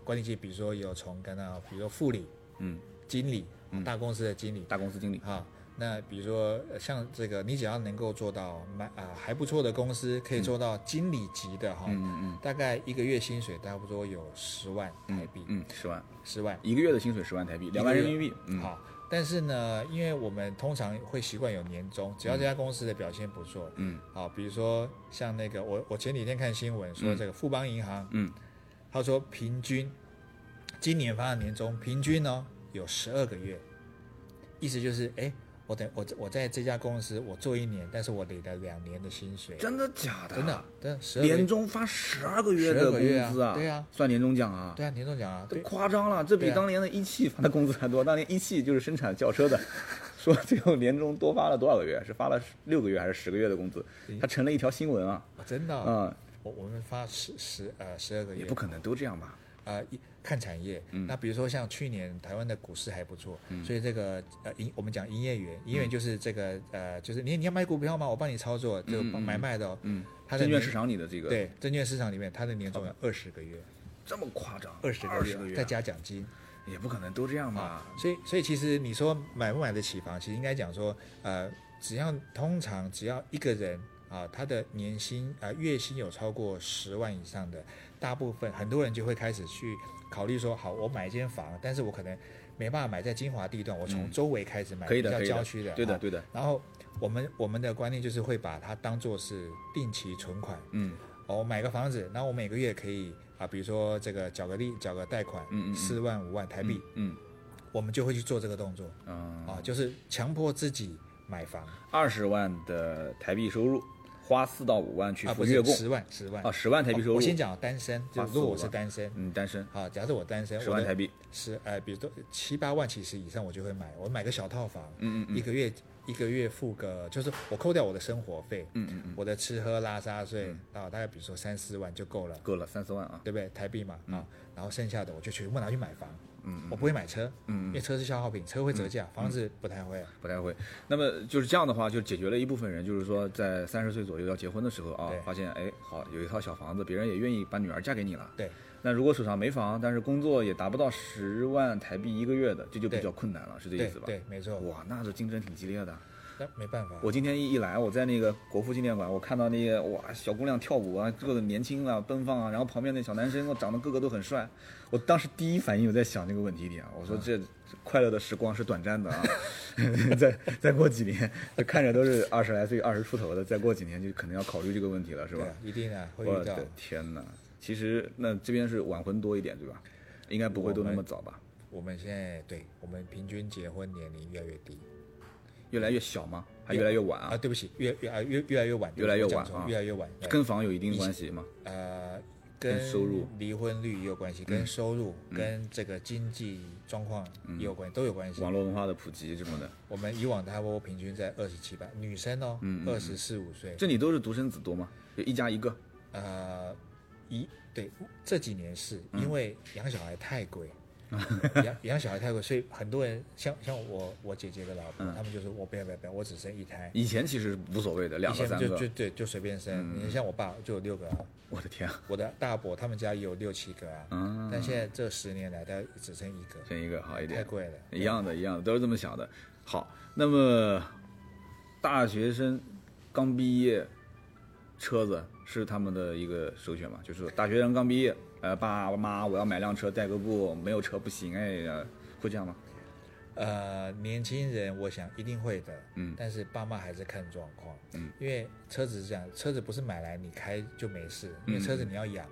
管理阶级比如说有从刚刚比如说副理、嗯，经理，大公司的经理，大公司经理，啊，那比如说呃像这个，你只要能够做到蛮啊、还不错的公司，可以做到经理级的哈，嗯嗯大概一个月薪水差不多有十万台币嗯，嗯，十万十万一个月的薪水，十万台币，两万人民币。嗯，好，但是呢，因为我们通常会习惯有年终，只要这家公司的表现不错，嗯，好，比如说像那个我我前几天看新闻说这个富邦银行，嗯，他说平均今年发的年终平均呢有十二个月，意思就是哎，我等我我在这家公司我做一年，但是我领了两年的薪水，真的假的？真的啊真的十二个年月，终发十二个月的12个月啊工资啊？对啊，算年终奖啊？对啊，年终奖啊，这对夸张了，这比对啊当年的一汽发的工资还多。当年一汽就是生产轿车 的，说最后年终多发了多少个月？是发了六个月还是十个月的工资？它成了一条新闻啊！哦真的啊、哦、我我们发十十呃十二个也月不，可能都这样吧？啊，一看产业。嗯那比如说像去年台湾的股市还不错，所以这个呃营我们讲营业员，嗯营业员就是这个呃就是你你要买股票吗？我帮你操作，就帮买卖的哦。嗯，他的证券年市场里的这个对证券市场里面，它的年终有二十个月，这么夸张，二十二个十个月月再啊，加奖金也不可能都这样吧啊？。所以所以其实你说买不买得起房，其实应该讲说呃，只要通常只要一个人。啊，他的年薪啊、呃月薪有超过十万以上的，大部分很多人就会开始去考虑说，好，我买一间房，但是我可能没办法买在精华地段，我从周围开始买，嗯可以比的，较可以郊区的，对的，啊对的，然后我们我们的观念就是会把它当做是定期存款，嗯哦，我买个房子，然后我每个月可以啊，比如说这个缴个利缴个贷款，嗯嗯嗯四万五万台币，嗯我们就会去做这个动作嗯，啊，就是强迫自己买房二十万的台币收入，花四到五万去啊，付不月是供十万十万哦啊，，十万台币收入。我先讲单身，就花如果我15是单身。嗯，单身啊，假设我单身，十万台币币，是呃，比如说七八万其实以上我就会买，我买个小套房，嗯嗯嗯一个月一个月付个，就是我扣掉我的生活费，嗯嗯嗯，我的吃喝拉撒睡啊，大概比如说三四万就够了，够了三四万啊，对不对？台币嘛嗯啊，然后剩下的我就全部拿去买房，嗯我不会买车，因嗯为车是消耗品，车会折价，房子不太会。不太会。那么就是这样的话，就解决了一部分人，就是说在三十岁左右要结婚的时候啊对，发现哎，好有一套小房子，别人也愿意把女儿嫁给你了。对，那如果手上没房，但是工作也达不到十万台币一个月的，这就比对较困难了，是这意对思吧？对，没错，哇，那这竞争挺激烈的。那没办法，我今天一一来，我在那个国父纪念馆，我看到那个哇，小姑娘跳舞啊，个个年轻啊，奔放啊，然后旁边那小男生，我长得个个都很帅。我当时第一反应我在想这个问题点啊，我说嗯这这快乐的时光是短暂的啊， 再再过几年，就看着都是二十来岁、二十出头的，再过几年就可能要考虑这个问题了，是吧对啊，？一定啊会我遇到的。天哪！其实那这边是晚婚多一点，对吧？应该不会都那么早吧？我们现在对我们平均结婚年龄越来越低越来越小吗？还越来越晚啊，啊？对不起，越越啊越越来越晚，越来越晚我讲错啊越来越晚。对跟房有一定关系吗？呃，跟嗯收入、离婚率也有关系，跟收入、跟这个经济状况也有关系，都有关系。网络文化的普及什么的，我们以往的差不多平均在二十七八，女生哦，二十四五岁，这你都是独生子多吗？就一家一个，呃，一对这几年是嗯因为养小孩太贵，养养小孩太贵，所以很多人像像我我姐姐的老嗯婆，他们就说我不要不要不要，我只生一胎，以前其实无所谓的，两以个前三就就个，嗯对就随便生。你像我爸就有六个啊，我的天啊，我的大伯他们家也有六七个啊，嗯，但现在这十年来，他只剩一个，生一个好一太点，贵了。一样的，一样的，都是这么想的。好，那么大学生刚毕业，车子是他们的一个首选嘛？就是大学生刚毕业，呃，爸妈我要买辆车代个步，没有车不行哎，呃会这样吗？呃，年轻人我想一定会的，嗯但是爸妈还是看状况，嗯，因为车子是这样，车子不是买来你开就没事，嗯因为车子你要养，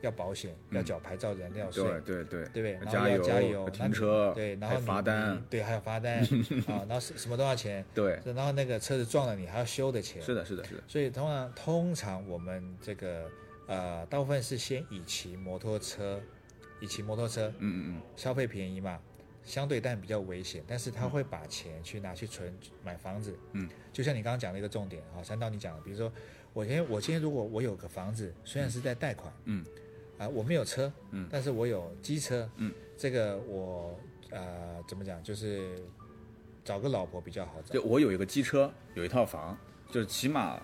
要保险，要缴牌照、燃料税，对对嗯对对不对？然后加要油加油，那停你车，对，然还后你罚单你，对，还有 罚单啊，然后什什么多少钱？对，然后那个车子撞了你还要修的钱，是的，是的，是的，所以通常通常我们这个呃，大部分是先以骑摩托车，以骑摩托车，嗯嗯消费便宜嘛，相对但比较危险，但是他会把钱去拿去存买房子。嗯，就像你刚刚讲的一个重点啊，三道你讲的，比如说我今天我今天如果我有个房子，虽然是在贷款，嗯啊、我没有车，嗯但是我有机车，嗯，这个我呃怎么讲，就是找个老婆比较好嗯，找。就我有一个机车，有一套房，就是起码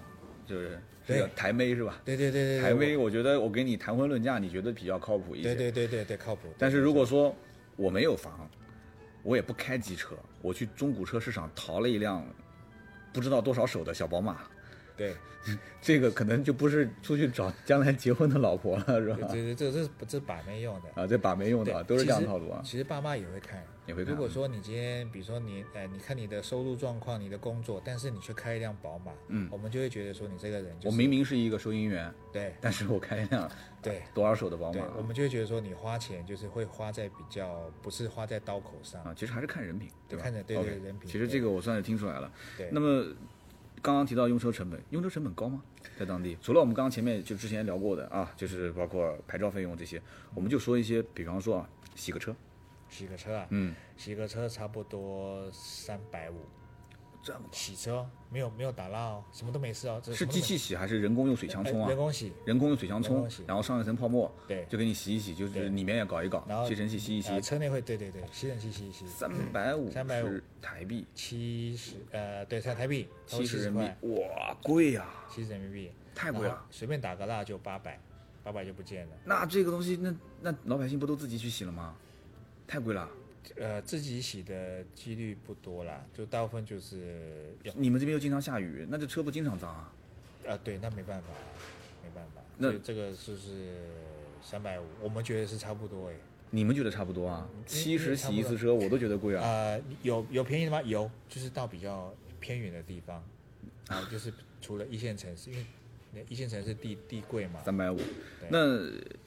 就是是个对台妹是吧？对对对对，台对妹，我觉得我给你谈婚论嫁，你觉得比较靠谱一些。对对对对对，靠谱。但是如果说我没有房，我也不开机车，我去中古车市场淘了一辆不知道多少手的小宝马，对这个可能就不是出去找将来结婚的老婆了，是对吧？对对，这这是这是把妹用的。啊，这把没用的对，啊，都是这样其实套路啊。其实爸妈也会看，也会看如果说你今天，比如说你，呃，你看你的收入状况、你的工作，但是你却开一辆宝马，嗯我们就会觉得说你这个人就是，我明明是一个收银员，对但是我开一辆对多少手的宝对马，我们就会觉得说你花钱就是会花在比较不是花在刀口上，啊，其实还是看人品，对吧？看着对 OK，对人品其实这个我算是听出来了。对那么刚刚提到用车成本，用车成本高吗？在当地，除了我们刚刚前面就之前聊过的啊，就是包括牌照费用这些，我们就说一些，比方说啊，洗个车，洗个车啊，嗯，洗个车差不多三百五，这么洗车哦没有没有打蜡哦，什么都没事哦，这是什么都机器洗还是人工用水枪没冲哎啊人？工洗，人工用水枪人冲工洗，然后上一层泡沫，对就给你洗一洗，就是对里面也搞一搞然，后吸尘器洗一洗，呃车内会，对对对，吸尘器洗一洗，三百五350十台币，七十呃对，台台币七十人民块，啊币，哇，贵呀、七十人民币，太贵了然后随便打个蜡就八百，八百就不见了。那这个东西，那那老百姓不都自己去洗了吗？太贵了。呃，自己洗的几率不多啦，就大部分就是要你们这边又经常下雨，那这车不经常脏啊？啊，对，那没办法，没办法。那所以这个就是三百五，我们觉得是差不多哎。你们觉得差不多啊？七十洗一次车，我都觉得贵啊。呃，有有便宜的吗？有，就是到比较偏远的地方，啊， 就是除了一线城市，因为那一线城市地地贵嘛，三百五对。那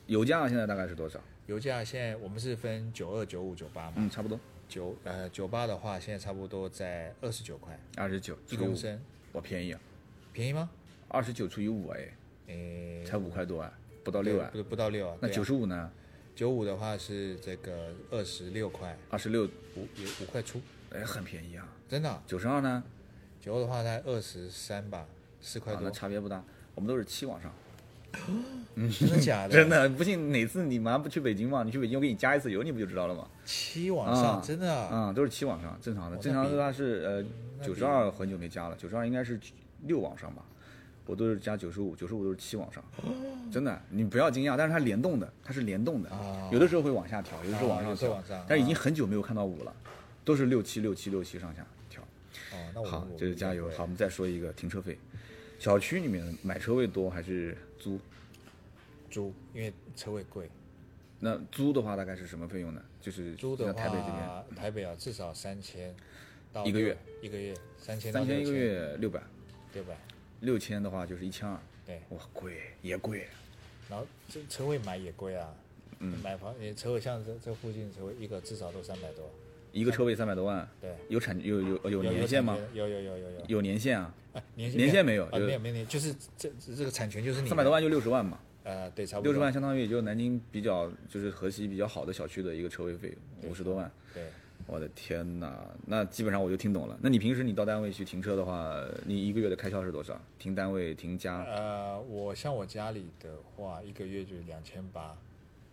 油价现在大概是多少？油价现在我们是分九二、九五、九八嘛，嗯，差不多九呃九八的话，现在差不多在二十九块二十九除一以公五，升，我便宜啊！便宜吗？二十九除以五，哎，诶，才五块多啊，不到不六啊。呃不不到六啊。那九十十五呢？九五的话是这个二十六块二十六，五五五块出，哎，很便宜啊。真的啊、九十二呢？九五的话才二十三吧，四块啊，多那，差别不大。我们都是七往上，真的假的？ 真的不信哪次你妈不去北京吗？你去北京我给你加一次油，你不就知道了吗？七往上，啊真的啊、啊，都是七往上，正常的。哦那正常比的话是呃那九比十二，很久没加了，九十二应该是六往上吧，我都是加九十五，九十五都是七往上，哦真的，你不要惊讶，但是它联动的，它是联动的啊，有的时候会往下调，有的时候啊往有上时候调往上，但已经很久没有看到五了，都是六七六七六七上下调。哦，那我好们，这是加油。好，我，们再说一个停车费，小区里面买车位多还是租？我们租，因为车位贵，那租的话大概是什么费用呢？就是租的像话，台北这边台北啊，至少三千到一个六月，一个月三千到三千一个六千，月六百，对吧？六千的话就是一千二。对，哇，贵也贵，然后这车位买也贵啊，嗯，买房你车位像这这附近车位一个至少都三百多，一个车位三百多万，对，有产有有有有年限吗？？有有有有有，有年限啊， 啊年年限没没有啊就是没有没有，就是这这这个产权就是你的三百多，万就六十万嘛，呃，啊，对，差不多六十万相当于也就南京比较就是河西比较好的小区的一个车位费，五十多万。对，我的天哪，那基本上我就听懂了。那你平时你到单位去停车的话，你一个月的开销是多少？停单位、停家，呃，我像我家里的话，一个月就两千八，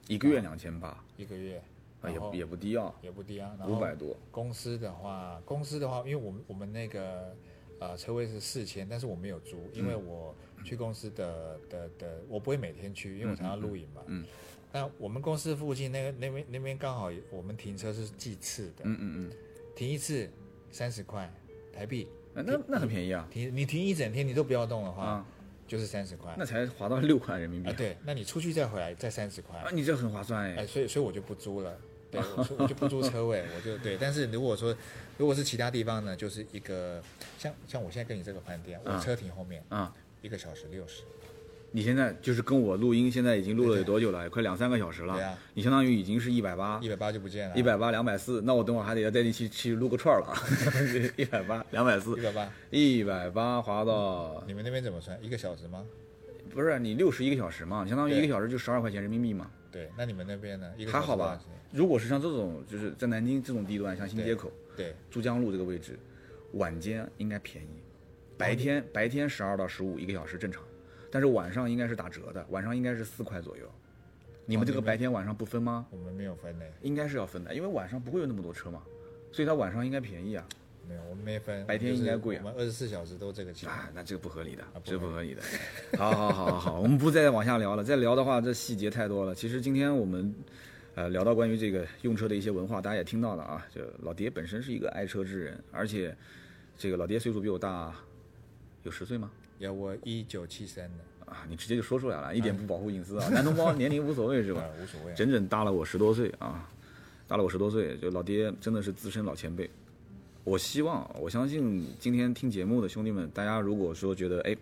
一个月两千八，一个月，啊，啊然后也也不低啊，也不低啊，然五后百多。公司的话，公司的话，因为我们我们那个呃车位是四千，但是我没有租，因为嗯我去公司的的的，我不会每天去，因为我常常录影嘛。嗯嗯那我们公司附近那个那边那边刚好我们停车是计次的，嗯嗯停一次三十块台币，嗯，哎那那很便宜啊，停你停一整天你都不要动的话，啊，就是三十块。那才划到六块人民币啊，对，那你出去再回来再三十块。啊，你这很划算哎，哎。所以所以我就不租了，对，我说我就不租车位，我就对。但是如果说如果是其他地方呢，就是一个像像我现在跟你这个饭店，我嗯车停后面啊，一个小时六十，你现在就是跟我录音，现在已经录了有多久了？也快两三个小时了。对啊你相当于已经是一百八，一百八就不见了，啊一百八、两百四，那我等会儿还得要带你去去撸个串儿 了。一百八、两百四一，百八，一百八划到你们那边怎么算？一个小时吗？不是你六十一个小时嘛，相当于一个对小时就十二块钱人民币嘛，对，那你们那边呢？一个还小时好吧多少钱？如果是像这种，就是在南京这种地段，像新街口、对，珠江路这个位置，晚间应该便宜，白天白天十二到十五一个小时正常，但是晚上应该是打折的，晚上应该是四块左右。你们这个白天晚上不分吗？我们没有分类，应该是要分的，因为晚上不会有那么多车嘛，所以它晚上应该便宜啊。没有，我们没分。白天就是应该贵啊我们二十四小时都这个钱。啊，那这个不合理的，不这个不合理的。 好好好好好，我们不再往下聊了，再聊的话这细节太多了。其实今天我们。呃，聊到关于这个用车的一些文化，大家也听到了啊。就老爹本身是一个爱车之人，而且这个老爹岁数比我大有十岁吗？要我一九七三的，啊，你直接就说出来了，一点不保护隐私 啊。男同胞年龄无所谓是吧？啊，无所谓啊。整整大了我十多岁啊，大了我十多岁，就老爹真的是资深老前辈。我希望，我相信今天听节目的兄弟们，大家如果说觉得，哎，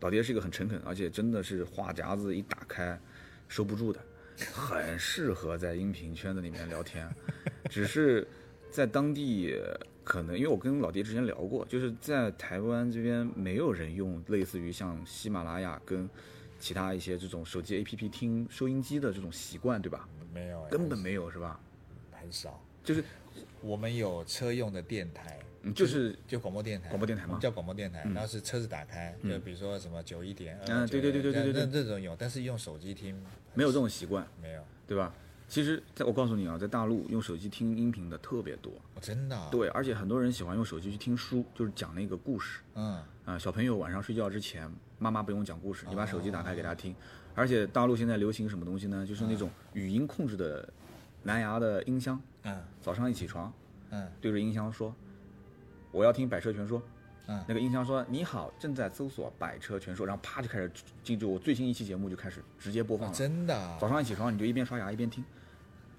老爹是一个很诚恳，而且真的是话匣子一打开收不住的，很适合在音频圈子里面聊天。 只是在当地，可能因为我跟老爹之前聊过，就是在台湾这边没有人用类似于像喜马拉雅跟其他一些这种手机 APP 听收音机的这种习惯，对吧？没有哎，根本没有，是吧？很少。就是我们有车用的电台，嗯就是就广播电台，广播电台吗我们叫广播电台，然后是车子打开，就比如说什么九一点，嗯对对对对对对对那这种有，但是用手机听没有这种习惯，没有，对吧？其实，在我告诉你啊，在大陆用手机听音频的特别多，哦真的啊，对，而且很多人喜欢用手机去听书，就是讲那个故事。嗯，啊、小朋友晚上睡觉之前，妈妈不用讲故事，你把手机打开给他听。而且大陆现在流行什么东西呢？就是那种语音控制的蓝牙的音箱，嗯早上一起床嗯对着音箱说：“我要听《百车全说》。”嗯，那个音箱说：“你好，正在搜索《百车全说》。”然后啪就开始进入我最新一期节目就开始直接播放哦了。真嗯的啊早，上一起床你就一边刷牙一边听，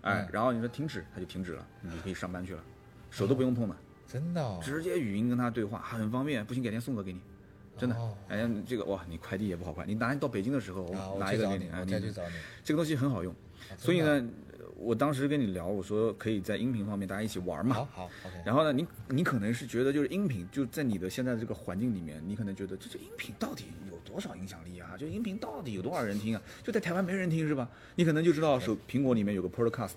哎，然后你说停止，它就停止了，你就可以上班去了，手都不用碰的。真的哦，直接语音跟他对话，很方便。不行，改天送个给你，真的哦。哎呀，你这个哇，你快递也不好快，你拿到北京的时候，啊，我我拿一去个找给你，哎我再去找你，这个东西很好用，啊所以，真的呢，我当时跟你聊，我说可以在音频方面大家一起玩啊嘛。好好，OK，然后呢，你你可能是觉得就是音频就在你的现在这个环境里面，你可能觉得这这音频到底有多少影响力啊？就音频到底有多少人听啊？就在台湾没人听是吧？你可能就知道手苹果里面有个 podcast，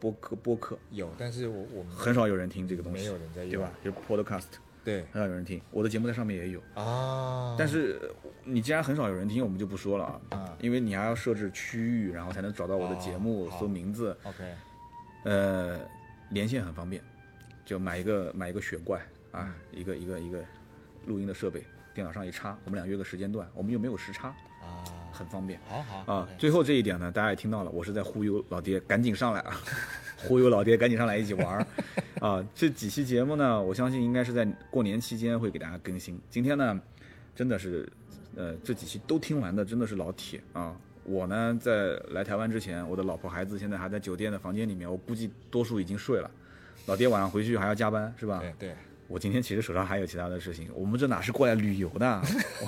播客播客，有，但是我我们很少有人听这个东西，没有人在用对吧？？就是 podcast，对很少有人听。我的节目在上面也有，啊，但是呃你既然很少有人听，我们就不说了啊啊，因为你还要设置区域，然后才能找到我的节目哦、好搜名字， OK，呃，连线很方便，就买一个买一个雪怪啊，一个一个一个录音的设备，电脑上一插，我们俩约个时间段，我们又没有时差，啊，很方便。好好啊 OK，最后这一点呢，大家也听到了，我是在忽悠老爹赶紧上来啊，忽悠老爹赶紧上来一起玩儿啊。这几期节目呢，我相信应该是在过年期间会给大家更新。今天呢，真的是，呃，这几期都听完的真的是老铁啊。我呢，在来台湾之前，我的老婆孩子现在还在酒店的房间里面，我估计多数已经睡了。老爹晚上回去还要加班是吧？对对，我今天其实手上还有其他的事情，我们这哪是过来旅游的，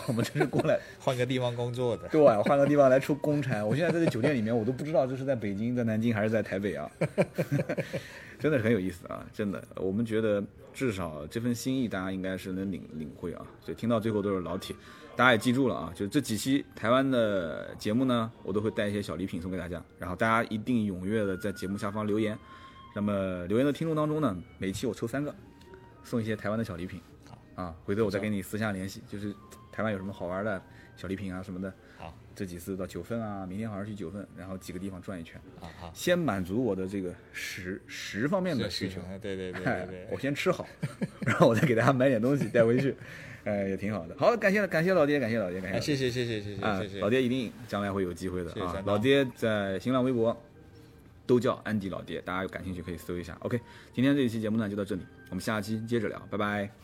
我们这是过来换个地方工作的，对，我换个地方来出公差。我现在在这酒店里面，我都不知道这是在北京、在南京还是在台北啊， 真的是很有意思啊！真的，我们觉得至少这份心意大家应该是能领领会啊。所以听到最后都是老铁，大家也记住了啊，就这几期台湾的节目呢，我都会带一些小礼品送给大家，然后大家一定踊跃的在节目下方留言。那么留言的听众当中呢，每期我抽三个，送一些台湾的小礼品。啊，回头我再跟你私下联系，就是台湾有什么好玩的小礼品啊什么的。好，这几次到九份啊，明天好像去九份，然后几个地方转一圈，好好，先满足我的这个食食方面的需是求。是对对对哎 对对，我先吃好，然后我再给大家买点东西带回 去，哎，也挺好的。好，感谢感谢老爹，感谢老爹，感谢哎，老爹谢谢谢谢谢啊谢谢谢，老爹一定将来会有机会的谢谢啊三！刀老爹在新浪微博都叫安迪老爹，大家有感兴趣可以搜一下。OK，今天这一期节目呢就到这里，我们下期接着聊，拜拜。